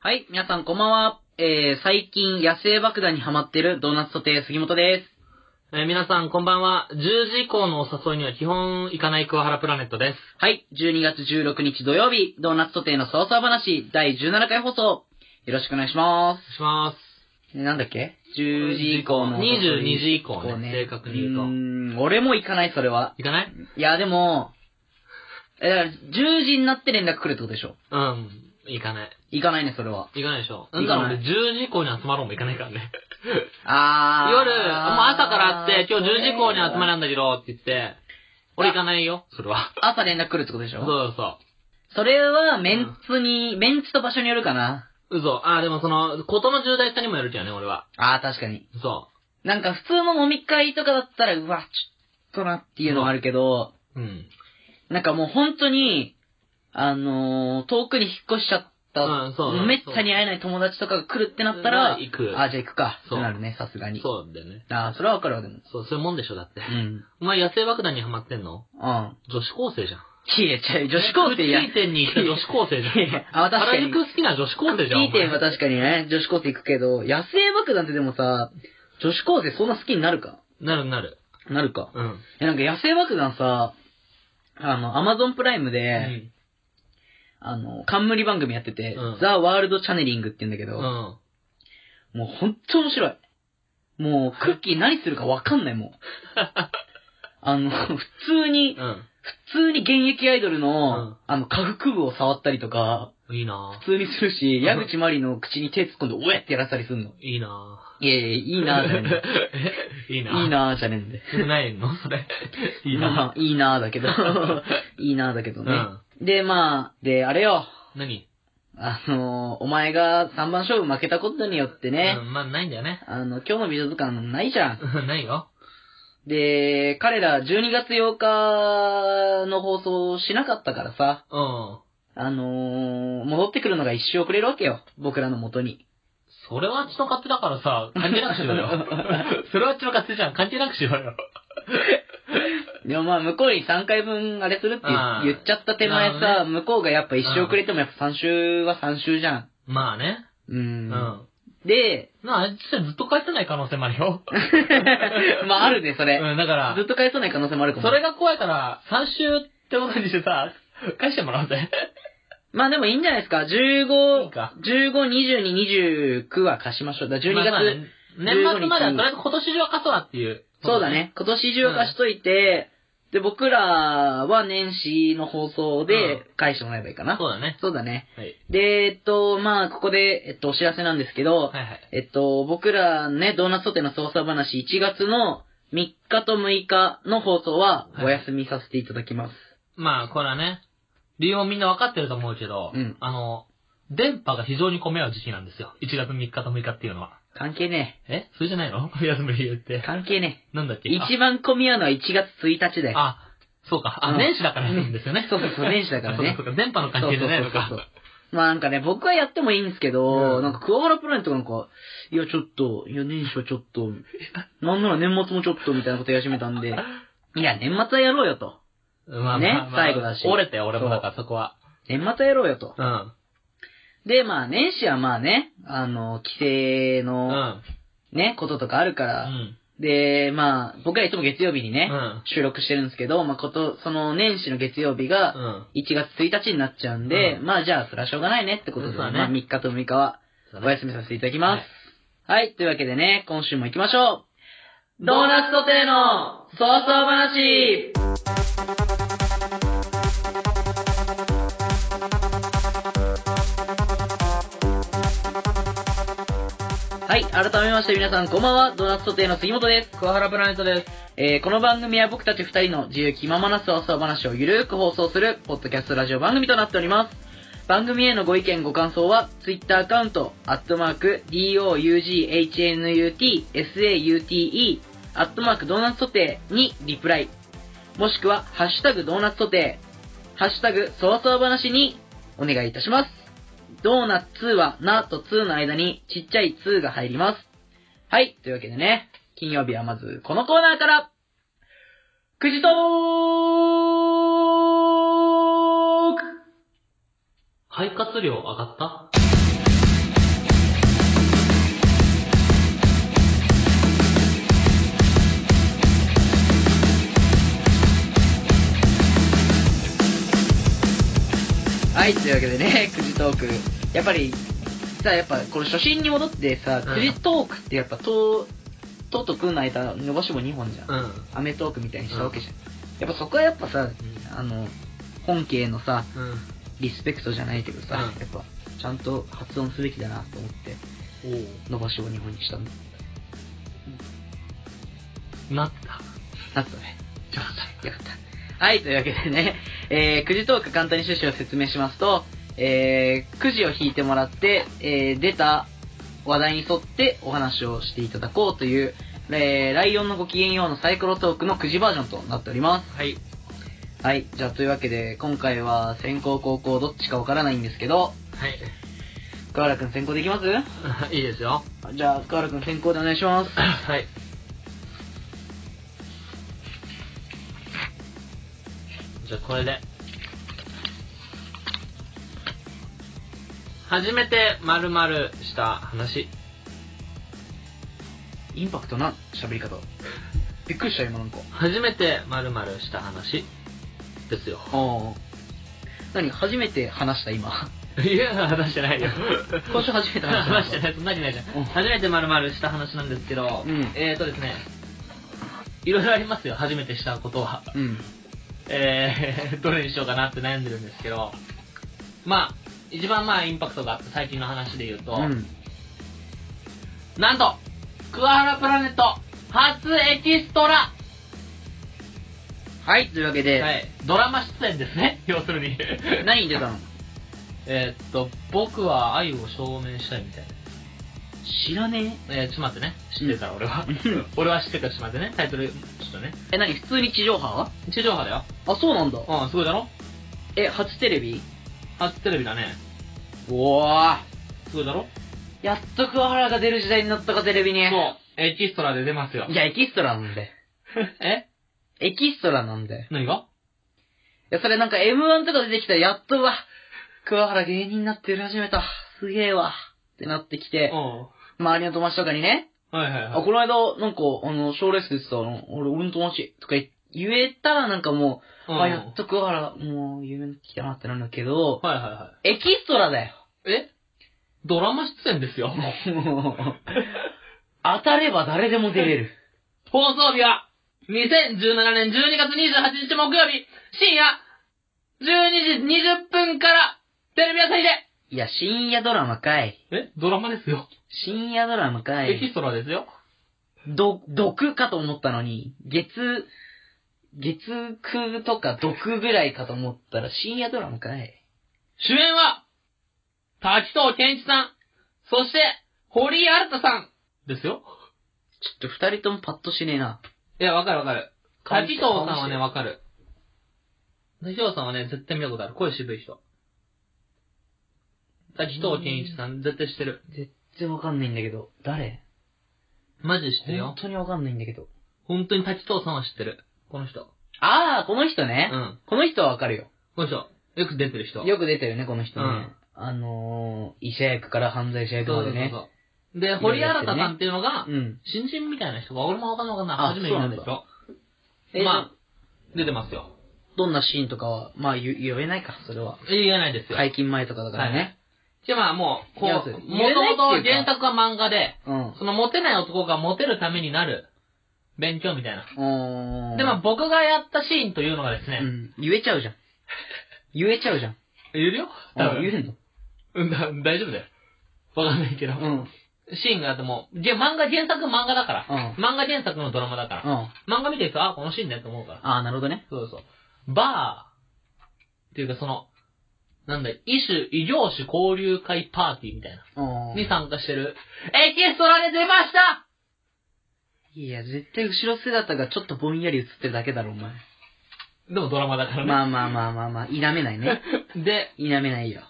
はい、皆さんこんばんは。えー、最近野生爆弾にハマってるドーナツソテー杉本です。えー皆さん、こんばんは。10時以降のお誘いには基本行かない桑原プラネットです。はい、12月16日土曜日、ドーナツソテーのそうそう話第17回放送。よろしくお願いしまお願いします。す。なんだっけ ?10 時以降の。 22時以降ね正確に言うとうーん、俺も行かない、それは。行かないいや、でも、え、だから10時になって連絡来るってことでしょうん。行かない。行かないね、それは。行かないでしょ。行かないうん俺10時以降に集まろうも行かないからね。あー。夜、もう朝から会って、今日10時以降に集まるんだけど、って言って、俺行かないよ、それは。朝連絡来るってことでしそょうそうそそれは、メンツに、メンツと場所によるかな。う。嘘。あー、でもその、ことの重大さにもよるけどね、俺は。ああ、確かに。そなんか普通の飲み会とかだったら、うわ、ちょっとなっていうのはあるけど、う。うん。なんかもう本当に、あのー遠くに引っ越しちゃった、うんそうめったに会えない友達とかが来るってなったら、うん行くあーじゃあ行くか。そうなるね、さすがに。そうだよね。ああ、それはわかるわ、でも。そう、そういうもんでしょ、だってう。ん。お前野生爆弾にハマってんのうん。女子高生じゃん。いや、ちゃ女子高生や。いい店に行った女子高生じゃん。やあ、確か原に。宿好きな女子高生じゃん。いい点は私。確かにね、女子高生行くけど、野生爆弾ってでもさ、女子高生そんな好きになるかなるなる。なるか。うん。え、なんか野生爆弾さ、あの、アマゾンプライムで、あの、冠番組やってて、うんザ・ワールド・チャネリングって言うんだけうど、ん。もうほんと面白い。もう、クッキー何するかわかん ないもん。あの、普通に、うん。普通に現役アイドルの、うんあの、下腹部を触ったりとか、いいなぁ。普通にするし、矢口まりの口に手突っ込んで、おえってやらせたりすんの。いいなぁ。いやいや、いい なぁ、じゃねえいいえんなだ。ぁ。いいなぁ、じゃねえんで。ぁ。ないのそれ。いいまな あいいなぁだ けど。いいなぁだけどぁ。ね。で、まあ、で、あれよ。うん。何あのーお前が3番勝負負けたことによってねう、んまあ、ないんだよね。 あの、今日の美女図鑑ないじゃん。うんないよ。で、彼ら12月8日の放送しなかったからさ、うん。あのー戻ってくるのが一生遅れるわけよ。僕らの元に。それはあっちの勝手だからさ、関係なくし ようよ。それはあっちの勝手じゃん。関係なくしようよ。でもまあ、向こうに3回分あれするって言あー言っちゃった手前なるさ、向こうがやっぱ一生遅れてもやっぱ3週は3週じゃん。まあね。う。うんん。で、なあ、あいつずっと帰ってない可能性もあるよ。まああるね、それ。うん、だからず、っと返さない可能性もあるかも。それが怖いから、3週ってことにしてさ、返してもらおうぜ。まあでもいいんじゃないですか。いい15か、 15、22、29は貸しましょう。だから12月、まあまあね年末まではとりあえず今年中は貸すわっていう。そうだ。ね。今年中は貸しといて、で、僕らは年始の放送うでん返してもらえばいいかな。そうだね。そうだね。はい。で、えっと、まあ、ここで、えっと、お知らせなんですけど、はいはい。えっと、僕らね、ドーナツソテーの操作話1月の3日と6日の放送ははいお休みさせていただきます。まあ、これはね、理由をみんなわかってると思うけど、うんあの、電波が非常に混み合う時期なんですよ。1月3日と6日っていうのは。関係ねえそれじゃないの 休む理由っえ。て。関係ねなんだっけえ。一番混み合うのは1月1日だよ。あ、そうか。あ、うん年始だからなんですよね。そうそうそう年始だから ねあそうかそうか電波の関係じゃないのかそうそう。そうそうまあなんかね、僕はやってもいいんですけど、うんなんかクワガラプラネットがなんか、いやちょっと、いや年始はちょっと、なんなら年末もちょっとみたいなこと言い始めたんで、いや年末はやろうよと。まあまあねまあ最後だし折れて、俺もだからそこは。年末はやろうよと。うん。で、まあ年始はまあね、あの、帰省うのん。ね、こととかあるかうら、ん。で、まあ僕らいつも月曜日にね、うん収録してるんですけど、まあこと、その年始の月曜日が、うん。 1月1日になっちゃうんで、うんまあじゃあ、それはしょうがないねってことで、そうだねまあ3日と6日はお休みさせていただきます。はい、というわけでね、今週も行きましょう。ドーナツソテーの早々話はい、改めまして皆さんこんばんは、ドーナツソテーの杉本です。桑原プラネットです。えーこの番組は僕たち二人の自由気ままな早々話をゆるーく放送する、ポッドキャストラジオ番組となっております。番組へのご意見、ご感想は、Twitter アカウント、アットマーク、DOUGHNUT、SAUTE、アットマーク、ドーナツソテーにリプライ。もしくは、ハッシュタグ、ドーナツソテー、ハッシュタグ、早々話にお願いいたします。ドーナツ2は、なと2の間にちっちゃい2が入ります。はい、というわけでね、金曜日はまずこのコーナーから、くじトーク肺活量上がったはい、というわけでね、 くじトーク。やっぱり、さ、やっぱ、この初心に戻ってさ、うんくじトークってやっぱ、とう、とうとくんの間、伸ばしも2本じゃん。うん。アメトークみたいにしたわけじゃん。やっぱそこはやっぱさ、あの、本家のさ、うん。リスペクトじゃないけどさ、うんやっぱ、ちゃんと発音すべきだなと思って、おう伸ばしを2本にしたんだ。なった。なったね。よかった。よかった。はい、というわけでね、えー、くじトーク簡単に趣旨を説明しますと、えー、くじを引いてもらって、えー、出た話題に沿ってお話をしていただこうという、えー、ライオンのごきげんようのサイコロトークのくじバージョンとなっておりまはい。す。はい、じゃあというわけで、今回は先行後攻どっちかわからないんですけど、はい。桑原くん先行できますいい ですよ。じゃあ、福原くん先行でお願いします。はい。じゃあ、これで。初めて〇〇した話。インパクトな喋り方。びっくりした、今なんか。初めて〇〇した話。です よ。ああ。何初めて話した、今。いや、話して ないよ。今週 初めて話したしてない。そんなわけないじゃん。うん初めて〇〇した話なんですけど、うんえーとですね、いろいろありますよ、初めてしたことは。 うん。えー、どれにしようかなって悩んでるんですけど、まあ、一番まあインパクトがあった最近の話で言うと、うん。なんと、桑原プラネット初エキストラ、はい、というわけで、はい、ドラマ出演ですね、 要するに。何に出たの えーっと、僕は愛を証明したいみたいな。知らねえー、ちょっと待ってね。知ってたら 俺はうん。俺は知ってたらちょっと待ってね。タイトル、ちょっとね。え。え、何普通に地上波地上波だよ。あ、そうなんだ。うん、すごいだろえ、初テレビ初テレビだね。おー。すごいだろやっと桑原が出る時代になったか、テレビに。そう。エキストラで出ますよい。や、エキストラなんで。 えエキストラなんで。い何がや、それなんか M1 とか出てきたら、やっとわ、桑原芸人になって売れ始めた。すげえわ。ってなってきうて、ん。周りの友達とかにね、はいはいあ、はこの間、なんか、あの、賞レース出てたの、俺、俺の友達とか言えたらなんかもう、い。あ、やっと桑原、もう、有名に来たなってなるんだけど、はいはいはエキストラだよ。い。えドラマ出演ですよ。もう当たれば誰でも出れる。放送日は、2017年12月28日木曜日、深夜、12時20分から、テレビ朝日でいや、深夜ドラマかい。えドラマですよ。深夜ドラマかエキい。ストラですよ。ど、毒かと思ったのに、月、月空とか毒ぐらいかと思ったら深夜ドラマかい。主演は、滝藤健一さん、そして、堀井新太さん、ですよ。ちょっと二人ともパッとしねえな。いや、わかるわかる。感じ滝藤さんは感じね、わかる。滝藤さんはね、絶対見たことある。声渋い人。滝藤健一さん、絶対知ってる。全然わかんないんだけど。誰マジで知ってるよ本。当にわかんないんだけど。本当に滝藤さんは知ってる。この人。あー、この人うね。ん。この人はわかるよ。この人。よく出てる人。よく出てるね、この人ね。うんあのー、医者役から犯罪者役そまうそでうそうね。そう。で、堀井新太さんっていうのが、うん。新人みたいな人が、俺もわかんないわかんなあい。初めて見たんですよ。えーまあ、出てますよ。どんなシーンとかは、まあ言言えないか、それは。言えないですよ。解禁前とかだからね。じゃあまあもう、こいやう、そうもと言えないもっとていうか原作は漫画で、うん。そのモテない男がモテるためになる勉強みたいな。おーで、まあ僕がやったシーンというのがですうね、ん。言えちゃう じゃん。言えちゃうじゃん。言えるよ多あ、言分。えんの うん、だ大丈夫だよ。わかんないけど。うん。シーンがあっても、じゃあ漫画原作漫画だから。うん漫画原作のドラマだから。うん。漫画見てると、あ、このシーンねって思うから。あー、なるほどね。そうそう。バー、っていうかその、なんだ、異種、異業種交流会パーティーみたいな。うん。に参加してる。エキストラで出ましたいや、絶対後ろ姿がちょっとぼんやり映ってるだけだろ、お前。でもドラマだからね。まあまあまあまあまあ、否めない ね。で、否めないよ。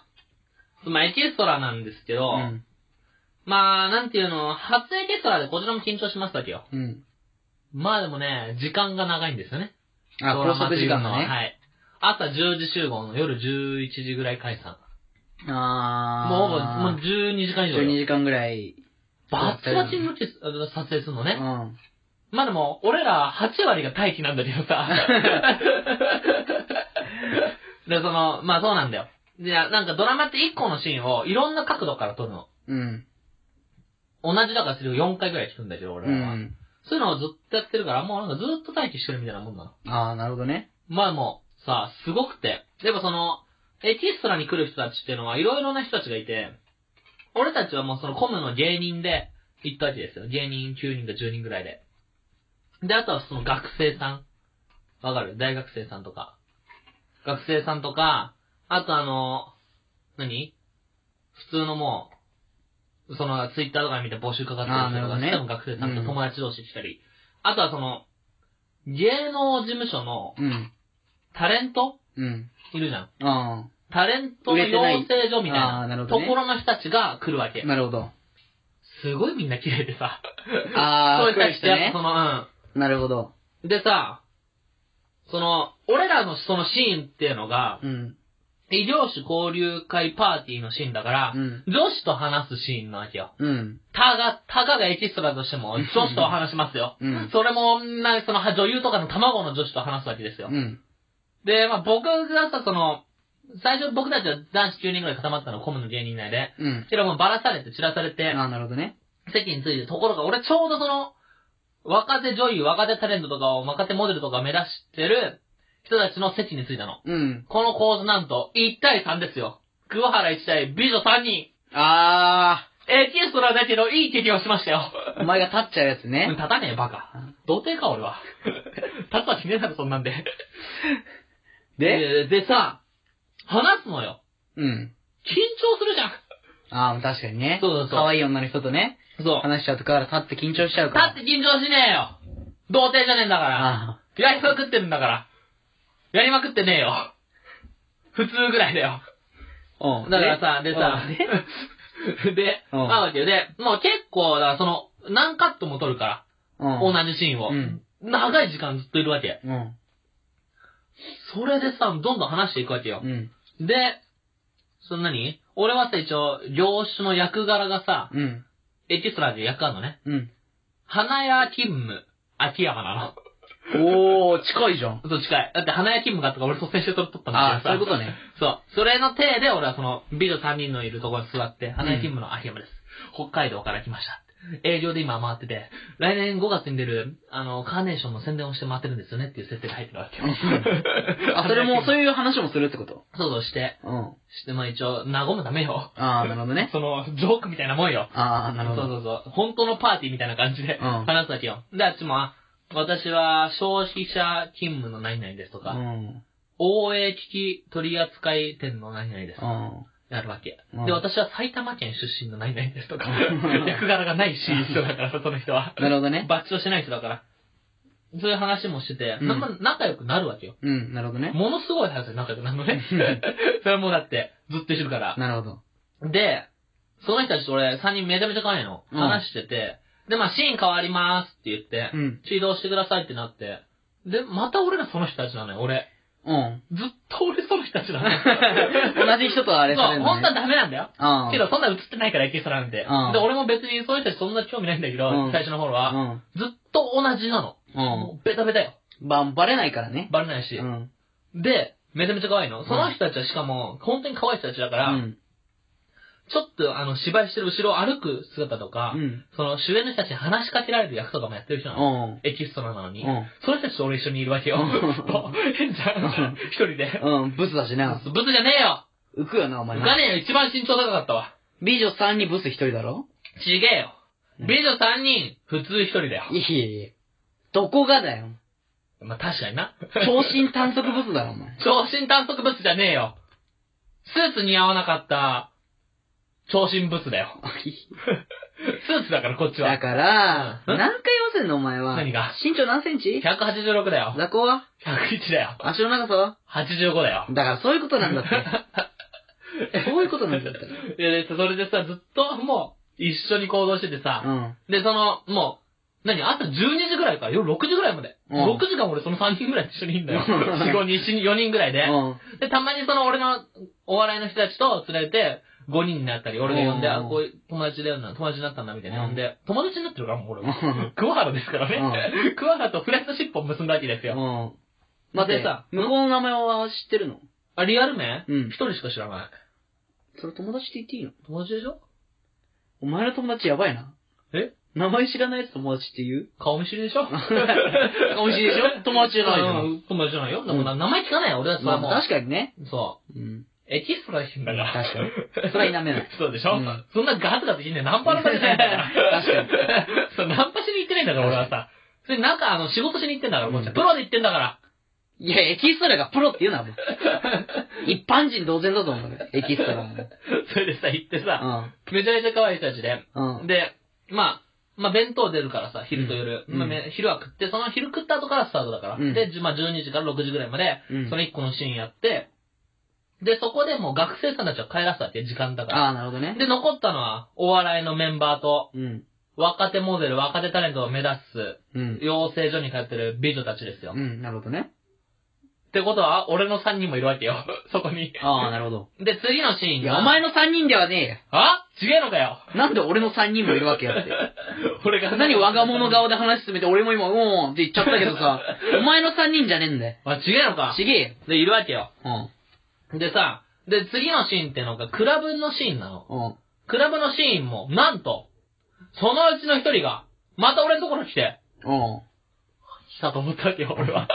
まあエキストラなんですけうど、ん。まあ、なんていうの、初エキストラでこちらも緊張しましたけど。うん。まあでもね、時間が長いんですよね。あ、ド拘ラマと束い時うの間はがね。はい。朝10時集合の夜11時ぐらい解散。あー。もう、もう12時間以上12よ。時間ぐらい。バチバチ無知撮影するのうね。ん。まあでも、俺ら8割が待 機なんだけどさ。で、その、まあそうなんだよ。で、なんかドラマって1個のシーンをいろんな角度から撮るの。うん。同じだからそれを4回くらい聞くんだけど、う俺らは。ん。そういうのをずっとやってるから、もうなんかずっと待機してるみたいなもんなの。ああ、なるほどね。まあもう、さ、すごくて。やっぱその、エキストラに来る人たちっていうのは、いろいろな人たちがいて、俺たちはもうそのコムの芸人で行ったわけですよ。芸人9人か10人ぐらいで。で、あとはその学生さん。わかる大学生さんとか。学生さんとか、あとあの、何普通のもう、そのツイッターとか見て募集かかってあーるなる人ほが、どねしかも学生さんと友達同士来たり。あとはその、芸能事務所の、うん。タレントうん。いるじゃん。あタレントの養成所みたいあーなるなほとどこねろの人たちが来るわけあ。。なるほど。すごいみんな綺麗でさ。ああ、そういそううで人たちっしてたやっぱねそ。の、なるほど。うん。でさ、その、俺らのそのシーンっていうのが、うん。異業種交流会パーティーのシーンだから、うん。女子と話すシーンなわけよ。うん。たが、たかがエキストラとしても、うん女子と話しますよ。うんそれも、な、その、は女優とかの卵の女子と話すわけですよ。うん。で、まあ僕がさ、その、最初僕たちは男子9人ぐらい固まったの、コムの芸人内で。うん。それはもうばらされて散らされて、ああ、なるほどね。席について、ところが俺ちょうどその、若手女優、若手タレントとかを、若手モデルとかを目指してる人たちの席についたの。うん。この構図なんと、1対3ですよ。桑原1対美女3人。あエキストラだけど、いい経験をしましたよ。あ、お前が立っちゃうやつね立。たねえよ、バカ。童貞か、俺は。立つわけねえだろ、そんなんで。で、 で、でさ、話すのよ。うん。緊張するじゃん。ああ、確かにね。そうそうそう可愛い女の人とね、そう。話しちゃうとから立って緊張しちゃうから。だって緊張しねえよ。童貞じゃねえんだから。あやりまくってるんだから。やりまくってねえよ。普通ぐらいだよ。あ。うだん。からさ、でさうんで、 で、うんまあわけよで、もう結構、だからその、何カットも撮るかうんら、同じシーンを。うん長い時間ずっといるわけ。うん。それでさ、どんどん話していくわけよう。ん。で、そんなに俺はさ、一応、業種の役柄がさ、うん。エキストラで役あるのね。うん。花屋勤務、秋山なの。おー、近いじゃ ん。そう、近い。だって、花屋勤務があったから、俺と先週それ撮ったんあだあ、けそういどうこさ。とね。そう。それの体で、俺はその、美女3人のいるところに座って、花屋勤務の秋山です。北海道から来ました。営業で今回ってて、来年5月に出る、あの、カーネーションの宣伝をして回ってるんですよねっていう設定が入ってるわけよ。あ、それも、そういう。いう話もするってことそうそうして、うん。して、まあ一応、和むためよ。ああ、なるほどね。その、ジョークみたいなもんよ。ああ、なるほそうど。そうそう。本当のパーティーみたいな感じで、うん話すわけよ。で、あっちも、あ私は消費者勤務の何々ですとうか、ん。応援機器取扱店の何々です。やるわけ。うんで、私は埼玉県出身の何々ですとかう、ん役柄がないし、人だからさ、その人は。なるほどね。バッチをしてない人だから。そういう話もしてて、うんなんか仲良くなるわけよ。うん、なるほどね。ものすごい速さで仲良くなるのね。 それはもうだって、ずっと一緒だから。なるほど。で、その人たちと俺、3人めちゃめちゃ可愛いの。うん話してて、で、まあ、シーン変わりますって言ってう、ん。移動してくださいってなって、で、また俺らその人たちなのよ、俺。うん。ずっと俺その人たちなの同じ人と あれされそう、る本の当ね。はダメなんだよ。あけど、そんな映ってないから、エキストラなんて。うんで、俺も別にそういう人たちそんな興味ないんだけど、うん最初の頃は。うん。ずっと同じなの。うもうベタベタよ。ん。ば、ばれないからね。バレないし。うん。で、めちゃめちゃ可愛いの。その人たちはしかも、本当に可愛い人たちだかうら、ん。ちょっとあの、芝居してる後ろを歩く姿とか、うん。その主演の人たちに話しかけられる役とかもやってる人なうの。ん。エキストラなのに。うんその人たちと俺一緒にいるわけよ。うんずっと 変じゃうんん。一人で。うん、ブスだしな。ブスじゃねえよ浮くよな、お前浮かな。ねえよ一番身長高かったわ。美女3にブス1人だろちげえよ。うん美女3人、普通1人だよ。いえいえいえ。どこがだよ。まあ、確かにな。長身短足ブスだろ、お 前。長身短足ブスじゃねえよ。スーツ似合わなかった、長身ブスだよ。スーツだからこっちだは。から、う何回言んわせんの、お前は。何が身長何センチ186だよ。座高は101だよ。足の長さは85だよ。だからそういうことなんだって。 そういうことなんだって。いや、で、それでさ、ずっともう、一緒に行動しててうさ、ん。で、その、もう、何朝12時ぐらいから夜6時ぐらいまで。うん6時間俺その3人ぐらいと一緒にいんだ よ。うん4、5人、4人ぐらいで。うん。で、たまにその俺のお笑いの人たちと連れて、5人になったり、俺が呼んで、うんあ、こういう友達だよな、友達になったんだ、みたいな。うん呼んで、友達になってるから、もう俺うは。桑原ですからね。桑原とフレンドシップを結んだわけですよ。うん。待っでてさ、向こうの名前は知ってるのあ、リアル名うん一人しか知らない。それ友達って言っていいの友達でしょお前の友達やばいな。え名前知らないやつ友達って言う顔見知りでし ょ顔見知りでしょ 友達じゃないじゃんうん友達じゃないよ。でうもん名前聞かないよ、俺はそれはもまあ確かにね。う。そうん。う。エキストラしてんだから。確 かにそれは否めない。そうでしょ、うんそんなガツガツ言ってんねナンパの場じゃないんだから。確 そう、ナンパしに行ってないんだから、俺はさ。それなんか、あの、仕事しに行ってんだから、もううんプロで行ってんだから。いや、エキストラがプロって言うな、も う。一般人同然だと思う。エキストラも。それでさ、行ってさ、うめちゃめちゃ可愛い人たちで。ん。うん。で、まあ、まあ、弁当出るからさ、昼と夜。うんまあめ昼は食って、その昼食った後からスタートだから。うんで、じゅまあ、12時から6時ぐらいまで、うんその1個のシーンやって、で、そこでもう学生さんたちは帰らせたって時間だから。ああ、なるほどね。で、残ったのは、お笑いのメンバーと、うん。若手モデル、若手タレントを目指す、うん。養成所に通ってる美女たちですよ。うっん、なるほどね。てことは、俺の3人もいるわけよ。 そこに。 ああ、なるほど。で、次のシーンいが。や、お前の3人ではねあ違うのかよ えよ。なんで俺の3人もいるわけや って。俺が。何我が物顔で話進めて、俺も今、うーんって言っちゃったけど さ、お前の3人じゃねえんだよ。あ、違うのか。ちげえよ。で、いるわけよ。うん。でさ、で、次のシーンってのが、クラブのシーンなの。うん。クラブのシーンも、なんと、そのうちの一人が、また俺のところに来て、うん。来たと思ったわけよ、俺は。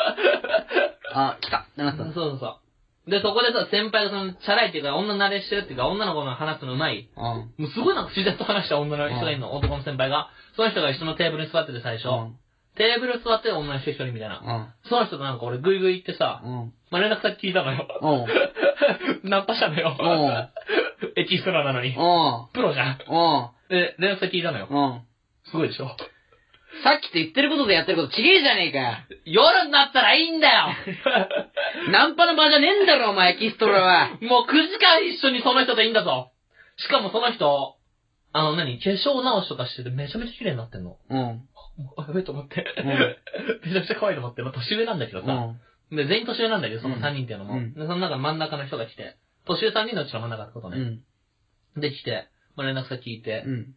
あ、来た。なそうった。そうそう。で、そこでさ、先輩がその、チャラいっていうか、女慣れしてるっていうか、女の子の話すのうまい。うん。もうすごいなんか自然と話した女の人がいるの、男の先輩が。その人が一緒のテーブルに座ってて最初。うん。テーブル座って女の人一人みたいな。うん。その人となんか俺グイグイ行ってさ、うん。まあ、連絡先聞いたのよ。 うん。ナンパしたのよ。エキストラなのに。うん。プロじゃん。うん。で、連絡先聞いたのよ。うん。すごいでしょ。さっきと言ってることでやってることちげえじゃねえかよ。夜になったらいいんだよナンパの場じゃねえんだろ、お前、エキストラは。もう9時間一緒にその人といいんだぞしかもその人、あの何、化粧直しとかしててめちゃめちゃ綺麗になってんの。うん。もうやべえと思って。うんめちゃくちゃ可愛いと思って。まあ、年上なんだけどうさ。ん。で、全員年上なんだけど、その3人っていうのも。うんで、その中真ん中の人が来て、年上3人のうちの真ん中ってことうね。ん。で、来て、まあ、連絡先聞いて、うん。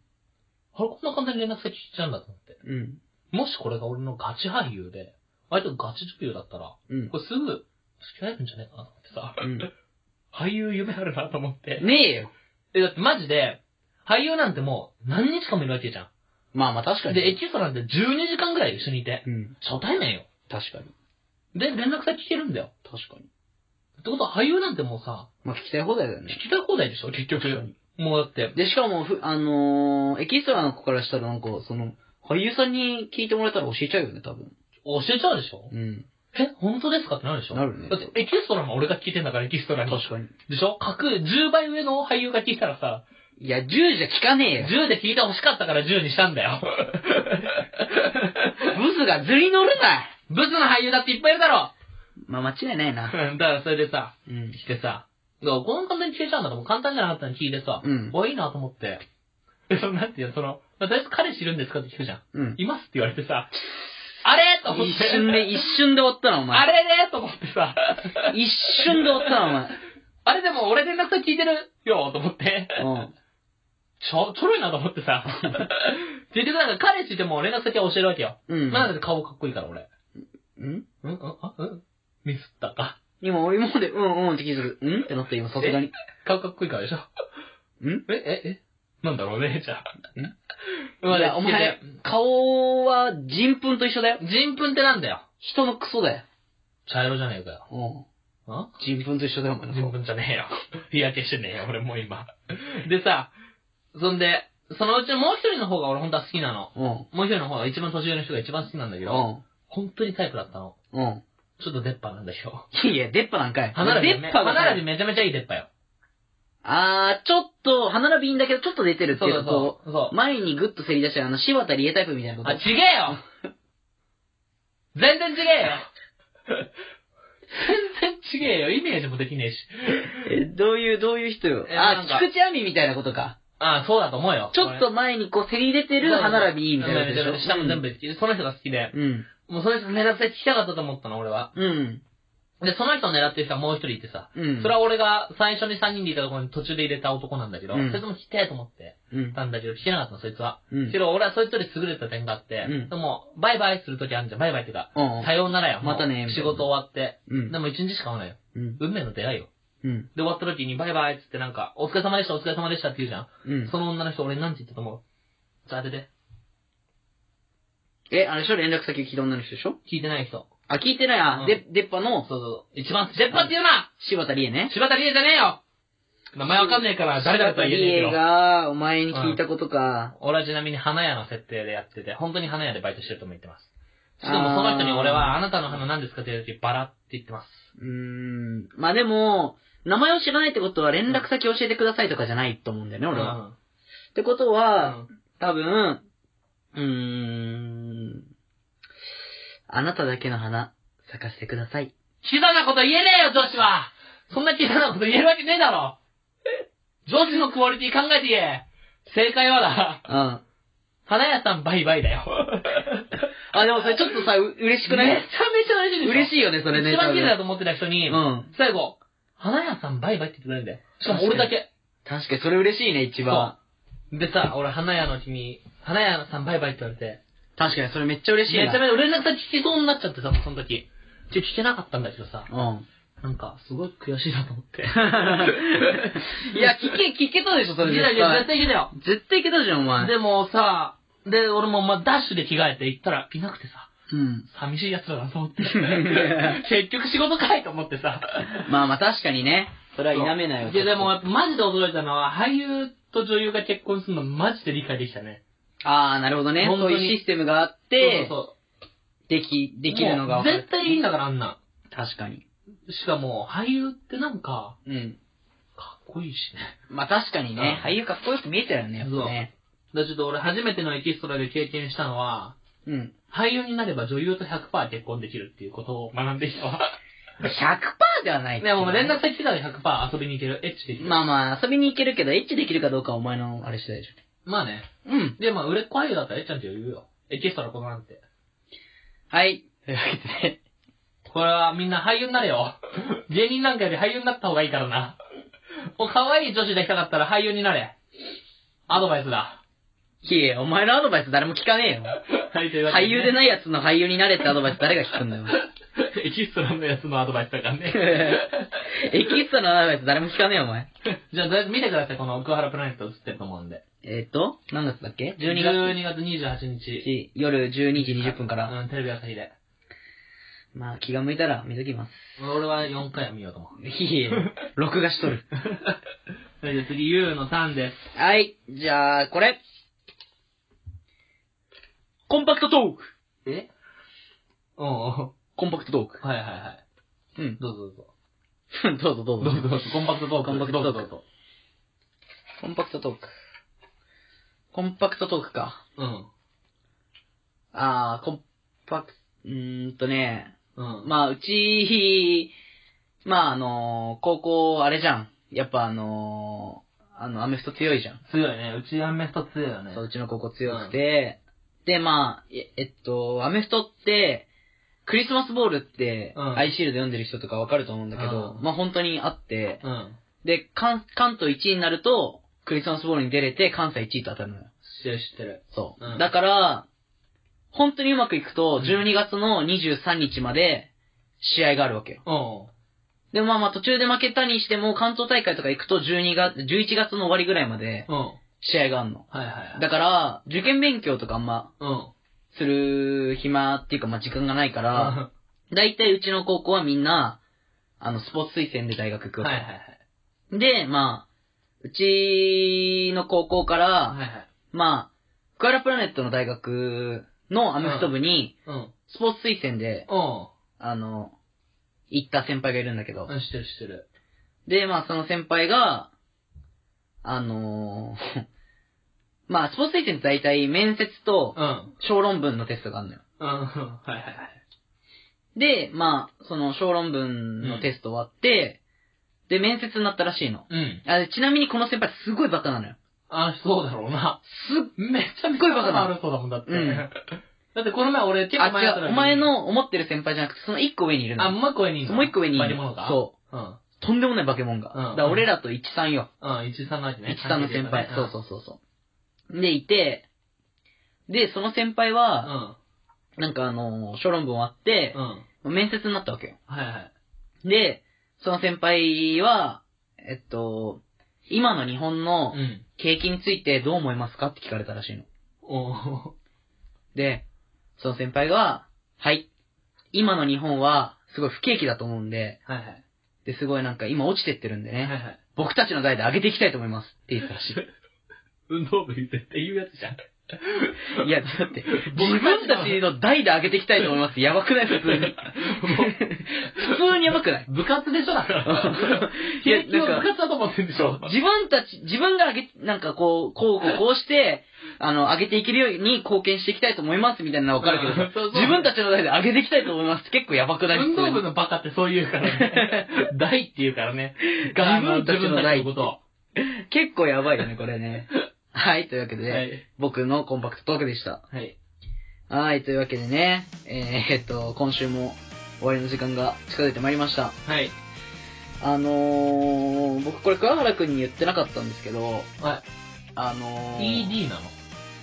あれ、こんな簡単に連絡先聞いちゃうんだと思って。うん。もしこれが俺のガチ俳優で、相手がガチ女優だったら、うん。これすぐ付き合えるんじゃねえかなと思ってさ、うん。俳優夢あるなと思って。ねえよ。え、だってマジで、俳優なんてもう何日間もいるわけじゃまあまあ確かん。に。で、エキストラなんて12時間ぐらい一緒にいて、うん。初対面よ。確かに。で、連絡先聞けるんだよ。確かに。ってことは俳優なんてもうさ、まあ聞きたい放題だよね。聞きたい放題でしょ、結確か局に。もうだって、で、しかも、ふあのー、エキストラの子からしたらなんか、その、俳優さんに聞いてもらえたら教えちゃうよね、多分。教えちゃうでしょうん。え、本当ですかってなるでしょなるねだって、エキストラも俺が聞いてんだから、エキストラに。確かに。でしょ格10倍上の俳優が聞いたらさ、いや、10じゃ聞かねえよ。 10で聞いて欲しかったから10にしたん だよ。ブスが図に乗るな。ブスの俳優だっていっぱいいるだろまあ間違いないな。うんだからそれでさ、うん。来てさ、だからこの簡単に消えちゃうんだと思う。簡単じゃなかったのに聞いてさ、うんおいいなと思って。で、その、なんていうの、その、まあとりあえず彼氏いるんですかって聞くじゃん。うん。いますって言われてさ、あれと思って。一瞬で、一瞬で終わったな、お前。あれれと思ってさ、一瞬で終わったな、お前。あれでも俺連絡先聞いてるよと思って。うん。ちょ、ちょろいなと思ってさ。 結局なんか彼氏でも連絡先は教えるわけよ。うん。まあなんで顔かっこいいから俺。んうんうんあうんミスったか。今、俺今まで、うんうんって聞いてる。うんってなった、今、さすがに。顔かっこいいからでしょ。んえ、え、えなんだろうね、じゃあ。いや、お前、顔は人糞と一緒だよ。人糞ってなんだよ。人のクソだよ。茶色じゃねえかよ。うん。ん人糞と一緒だよ、お前の人顔。糞じゃねえよ。日焼けしてねえよ、俺もう今。でさ、そんで、そのうちのもう一人の方が俺本当は好きなの。うん。もう一人の方が一番年上の人が一番好きなんだけど、う本当にタイプだったの。ん。うちょっと出っ歯なんだけど。ん。いや、出っ歯なんかい。歯並び出め、っ歯歯が並びめちゃめちゃいい出っ歯よ。あー、ちょっと、歯並びいいんだけど、ちょっと出てるってそういうそのうと、そう。そう前にグッとせり出してる、あの、柴田理恵タイプみたいなこあ、と違。えよ全然違えよ全然違えよ。イメージもできねえし。え、どういう、どういう人よ。えなあんか、菊池亜美みたいなことか。ああ、そうだと思うよ。ちょっと前にこう、せり出てこれ、る歯並びいいみたいなことでしょ。下も全部好きで、その人が好きで。うん。もうその人の狙って聞きたかったと思ったの、俺は。うん。で、その人を狙ってる人はもう一人いてさ。うん。それは俺が最初に3人でいたところに途中で入れた男なんだけど、うんそいつも聞きたいと思ってうん。たんだけど、聞けなかったの、そいつは。うんけ。ど、俺はそいつより優れた点があって、うんでも、バイバイするときあるじゃん、バイバイっていうか、うんさようならよ。もうまたねみた仕いな事終わって。うんでも一日しか会わないよ。うん。運命の出会いよ。うん。で、終わった時に、バイバイっつってなんか、お疲れ様でした、お疲れ様でしたって言うじゃん。うん。その女の人、俺に何て言ったと思うちょ、当てて。え、あれでしょ連絡先聞いた女の人でしょ聞いてない人。あ、聞いてないや。うんで、出っ歯のそうそう。一番、出っ張って言うな柴田理恵ね。柴田理恵じゃねえよ名前わかんねえから、誰だかとは言えねえ柴田理恵けど。が、お前に聞いたことか。俺はちなみに花屋の設定でやってて、本当に花屋でバイトしてるとも言ってます。しかもその人に俺は、あなたの花何ですかって言う時、バラって言ってます。うーん。まあでも、名前を知らないってことは連絡先教えてくださいとかじゃないと思うんだよね、俺は。ってことうん。は、うん多分、うーん、あなただけの花、咲かせてください。小さなこと言えねえよ、女子はそんな小さなこと言えるわけねえだろ女子のクオリティ考えて言え正解はだ、うん。あ、花屋さんバイバイだよ。でもそれちょっとさ、う嬉しくなめちゃめいちゃ嬉しいでしょ嬉しいよね、それね。一番綺麗だとと思ってた人に、うん。最後、花屋さんバイバイって言ってくれるんだよ。しかも俺だけ。確かに、それ嬉しいね、一番。でさ、俺花屋の日に、花屋さんバイバイって言われて、確かに、それめっちゃ嬉めしいちな。ゃめちゃ連絡先聞きそうになっちゃってさ、その時。ちょ、聞けなかったんだけどさ、うん。なんか、すごい悔しいなと思って。 いや、聞け、聞けたでしょ、それい絶や対。いや、絶対聞けたよ。絶対聞けたじゃん、お前。でもさ、で、俺もまあダッシュで着替えて行ったらいなくてさ、うん。寂しい奴らだと思って。 結局仕事かいと思ってさ。 まあまあ、確かにね。それは否めないわいやでも、やっぱマジで驚いたのは、俳優と女優が結婚するのマジで理解できたね。ああ、なるほどね。本当そうにいうシステムがあっそうて、そうでき、でそうきるのがもう分かる絶。対いいんだからあんな。確かに。しかも、俳優ってなんか、うん。かっこいいしね。まあ確かにね、うん俳優かっこよく見えたよね、やっぱね。だからちょっと俺初めてのエキストラで経験したのは、うん。俳優になれば女優と100%結婚できるっていうことを学んできたわ。 100%ではないけでども連絡先来たら100%遊びに行ける。エッチできる。まあまあ、遊びに行けるけど、エッチできるかどうかはお前のあれ次第でしまあね。ょ。うん。で、まあ、売れっ子俳優だったらエッチなんて言うよ。エキストラこのなんて。はい。というわけで、これはみんな俳優になれ よ。芸人なんかより俳優になった方がいいからな。お、可愛い女子できたかったら俳優になれ。アドバイスだ。いえ、お前のアドバイス誰も聞かねはい、といえうよ。わけ俳優でないやつの俳優になれってアドバイス誰が聞くん だよ。 エキストラのやつのアドバイスだからね。エキストラのアドバイス誰も聞かねえよ、お前。 じゃあ、とりあえず見てください。この桑原プラネット映ってると思うんで。えっ、ー、と、何月だっけ ?12 月12月28日。夜12時20分から。うん、テレビ朝日で。まあ、気が向いたら見ときます。俺は4回は見よう と思う。い え、録画しとる。それで次、ゆうのターンです。はい、じゃあ、これ。コンパクトトークえ おうおコンパクトトーク。うはいはいはい。うん。どうぞどうぞ。 どうぞどうぞ。どうぞ、コンパクトトーク。コンパクトトークどうぞどうぞコンパクトトーク。コンパクトトークか。うん。あー、コンパク、うーんとね、うん。まあ、うち、まあ、あのー高校、あれじゃん。やっぱあのーあの、アメフト強いじゃん。強いね。うちアメフト強いよね。そう、うちの高校強くて、で、まあ、ええっと、アメフトって、クリスマスボールって、うんアイシールド読んでる人とかわかると思うんだけど、うんまあ本当にあって、うん。で、関関東1位になると、クリスマスボールに出れて、関西1位と当たるのよ。知ってる知ってる。そう。うんだから、本当にうまくいくとう、ん12月の23日まで試合があるわけよ。おで、まあまあ途中で負けたにしても、関東大会とか行くと12月、11月の終わりぐらいまでうん。うん。試合があるの。はいはいはい。だから、受験勉強とかあんまうん。する暇っていうか、まあ時間がない から、だいたいうちの高校はみんな、あの、スポーツ推薦で大学行くうんわはけ。いはいはい。で、まあ、うちの高校から、はいはい。まあ、クアラプラネットの大学のアメフト部に、うん。スポーツ推薦で、おあの、行った先輩がいるんだけどう。ん。知ってる知ってる。で、まあ、その先輩が、あの ーまあ、スポーツ推薦って大体面接とうん。小論文のテストがあるのよ。うん。はいはいはい。で、まあ、その小論文のテスト終わって、で、面接になったらしいの。うん。あでちなみにこの先輩すごいバカなのよ。あ、そうだろうな。すめちゃめちゃ頭悪そうだもんだって。うんだってこの前俺っ、結構あ、前違やったのう、おに前。の思ってる先輩じゃなくて、その一個上にいるのあ、よ。もう一個上にいるのもう一個上にいるバリモノが。そううん。とんでもない化け物が。うんだから俺らと一三よ。うん、一三の相手ね。一三の先輩。そうう。そうそうそう。で、いて、で、その先輩うは、ん。なんかあのー小論文終わってう、ん。面接になったわけよ。はいはい。で、その先輩は、えっと、今の日本のうん。景気についてどう思いますかって聞かれたらしいの。おー。で、その先輩が、はい、今の日本はすごい不景気だと思うんで、はいはい。で、すごいなんか今落ちてってるんではいはね、い。僕たちの代で上げていきたいと思いますって言ったらし運動部に絶対言うやつじゃん。 い。いや、だって、僕自分たちの代で上げていきたいと思いますってやばくない普通に。普通にやばくない 部活でし ょだから。いや、平気のなん部か、活だと思ってんでしょ自分たち、自分が上げ、なんかこう、こうこうこうして、あの、上げていけるように貢献していきたいと思いますみたいなのはわかるけどさうん そうそう自分たちの代で上げていきたいと思いますって結構やばくない普運通動に部のバカってそう言うから ね。大って言うからね。が自分たちの大自分たちのことを。結構やばいよね、これ ね。はい、というわけで、はい。僕のコンパクトトークでした。はい。はい、というわけでね、えー、えっと、今週も終わりの時間が近づいてまいりました。はい。あのー、僕これ桑原くんに言ってなかったんですけど、はあのー、 ED なの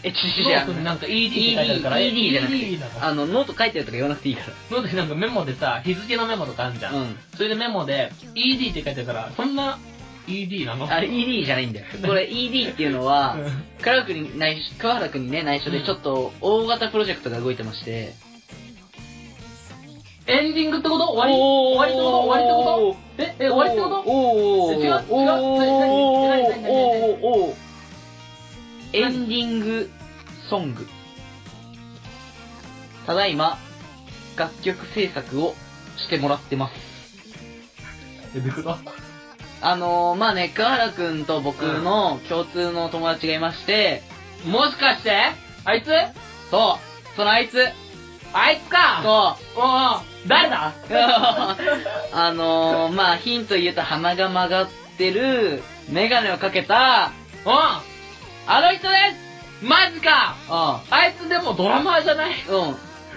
え、ちちち、あノートのになんか ED って書いてあるから。 ED じゃなく ED てな、のあの、ノート書いてるとか言わなくていいから。ノートになんかメモでさ、日付のメモとかあるじゃん。うん。それでメモで、ED って書いてあるから、そんな ED なのあ、ED じゃないんだよ。これ ED っていうのは、桑原くんに内緒、桑原くんにね、内緒でちょっと大型プロジェクトが動いてまして、エンディングってこと終わり終わりってこと終わりっとてことえ、え、終わりってことおおえ違う違うお何何何何何おおおエンディングソング。ただいま、楽曲制作をしてもらってます。え、どういうことあのー、まあね、桑原くんと僕の共通の友達がいまして、もしかしてあいつそう、そのあいつ、あいつかそう、おうおう誰 だあのー、まあヒント言うと鼻が曲がってる、メガネをかけた、おうあの人でマジかすうあいつでもドラマーじゃないん。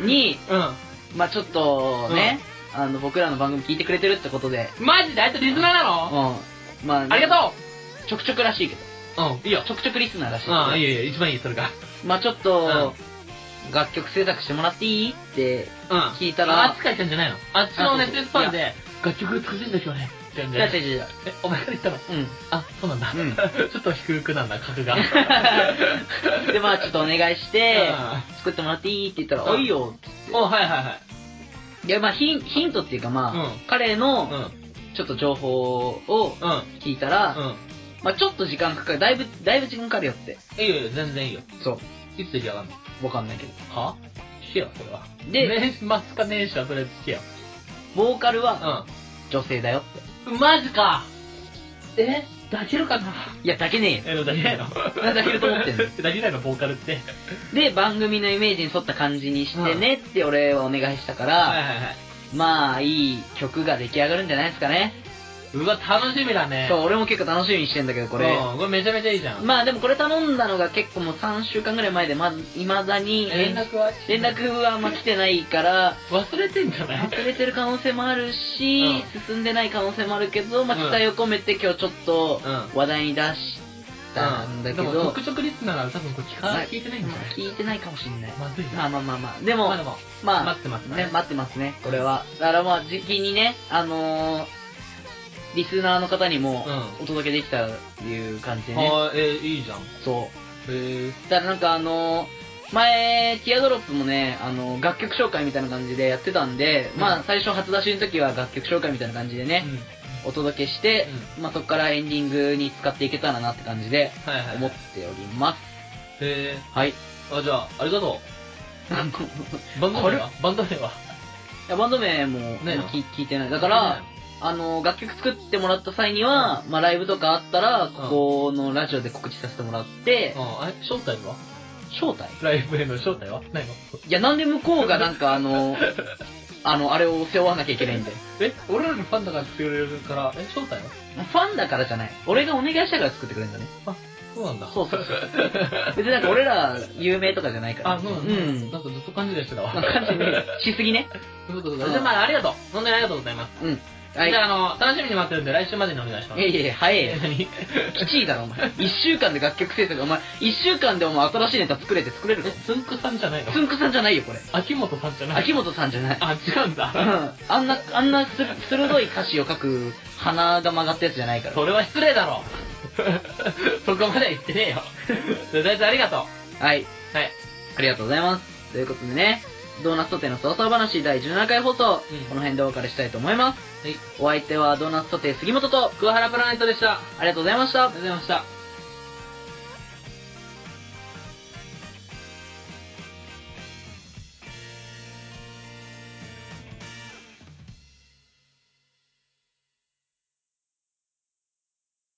うん。に、うまあちょっとね、あの、僕らの番組聞いてくれてるってことで、ん。マジであいつリスナーなうんの。まあ、ありがうちょくちょくらしいけど。とううん、いいよ。ちょくちょくリスナーらしいけど。うん、いいよ、いいよ、一番いい、それが。まあちょっと、楽曲制作してもらっていいってうん。聞いたら、あっちから来たんじゃないのあっちのあね、そうテストファンで、楽曲作ってんだけどね。って言うん違うで違う違う。え、お前から言ったのうあ、そうなんだ。うん ちょっと低くなんだ、格 が。ん。で、まあちょっとお願いして、う作ってもらっていいって言ったら、うおんいよ。んお、はいはいはい。で、まあヒンヒントっていうかまあ、うん彼うん。うのん。ちょっと情報をう聞いたら、ん。まあちょっと時間かかる。だいぶ、だいぶ時間かかるよって。いいよ、いいよ全然いいよ。そいつ出来上がるのう。わかんないけど。は聞けよ、それは。でね、マスかねえしは、それは聞けよ。ボーカルはう女性だよって。ん。マジかえ抱けるかないや、だけねえよ。え、抱け ないの抱けると思ってん の抱けないの、ボーカルって。で、番組のイメージに沿った感じにしてねって俺はお願いしたから、はいはいはい。まあ、いい曲が出来上がるんじゃないですかね。うわ、楽しみだね。そう、俺も結構楽しみにしてんだけど、これ。うん、これめちゃめちゃいいじゃん。まあでもこれ頼んだのが結構もう3週間ぐらい前で、まだ、未だに連絡は連絡はあんま来てないから、忘れてんじゃない忘れてる可能性もあるし、う進んでない可能性もあるけど、まあうん期待を込めて今日ちょっとう話題に出したんだけど、でも、特直リスナーなら多分これ聞かまあ聞いてないんじゃない聞いてないかもしんない。まずいまあまな。あまあまあ。でも、まあまあで、も、待ってますねね。、待ってますね、これは。だからまあ、時期にね、あのー、リスナーの方にもうお届けできたっていう感じでね。あー、えー、いいじゃん。へそう。え。だからなんかあのー、前、ティアドロップもね、あのー、楽曲紹介みたいな感じでやってたんで、うんまあ、最初初出しの時は楽曲紹介みたいな感じでね、お届けして、まあ、そこからエンディングに使っていけたらなって感じで、うん。はいはい。思っております。へえ。はい。あ、じゃあ、ありがとう。バンド名はバンド名はいやバンド名も、ね聞聞いてない。だから、、あの、楽曲作ってもらった際には、まあ、ライブとかあったら、ここのラジオで告知させてもらってう、ん、あれ招待は招待ライブへの招待はないのいや、なんで向こうがなんかあ の、あの、あれを背負わなきゃいけないんで。え、俺らのファンだから作れるから、え、招待はファンだからじゃない。俺がお願いしたから作ってくれるんだね。そうなんだ。そうそうそう。別になんか俺ら有名とかじゃないから。あ、そううなんだ。ん。なんかずっと感じでしてたわ。なんか感じにしすぎね。そういうことだ。じゃあまあありがとう。本当にありがとうございます。うん。はいじゃあ、あの、楽しみに待ってるんで、来週までにお願いします。いやいやいや、早いよえ。何きちいだろ、お前。一週間で楽曲制作、お前、一週間でお前新しいネタ作れて作れるえ、つんくさんじゃないのつんくさんじゃないよ、これ。秋元さんじゃない秋元さんじゃない。あ、違うんうだ。ん あんな、あんなす鋭い歌詞を書く鼻が曲がったやつじゃないから。それは失礼だろ。そこまでは言って ねえよ。とりあえずありがとう。はい。はい。ありがとうございます。ということでね、ドーナツトテの早々話第17回放送、うんこの辺でお別れしたいと思います。はい。お相手はドーナツトテ杉本と、桑原プラネットでした。あありがとうございました。りがとうございました。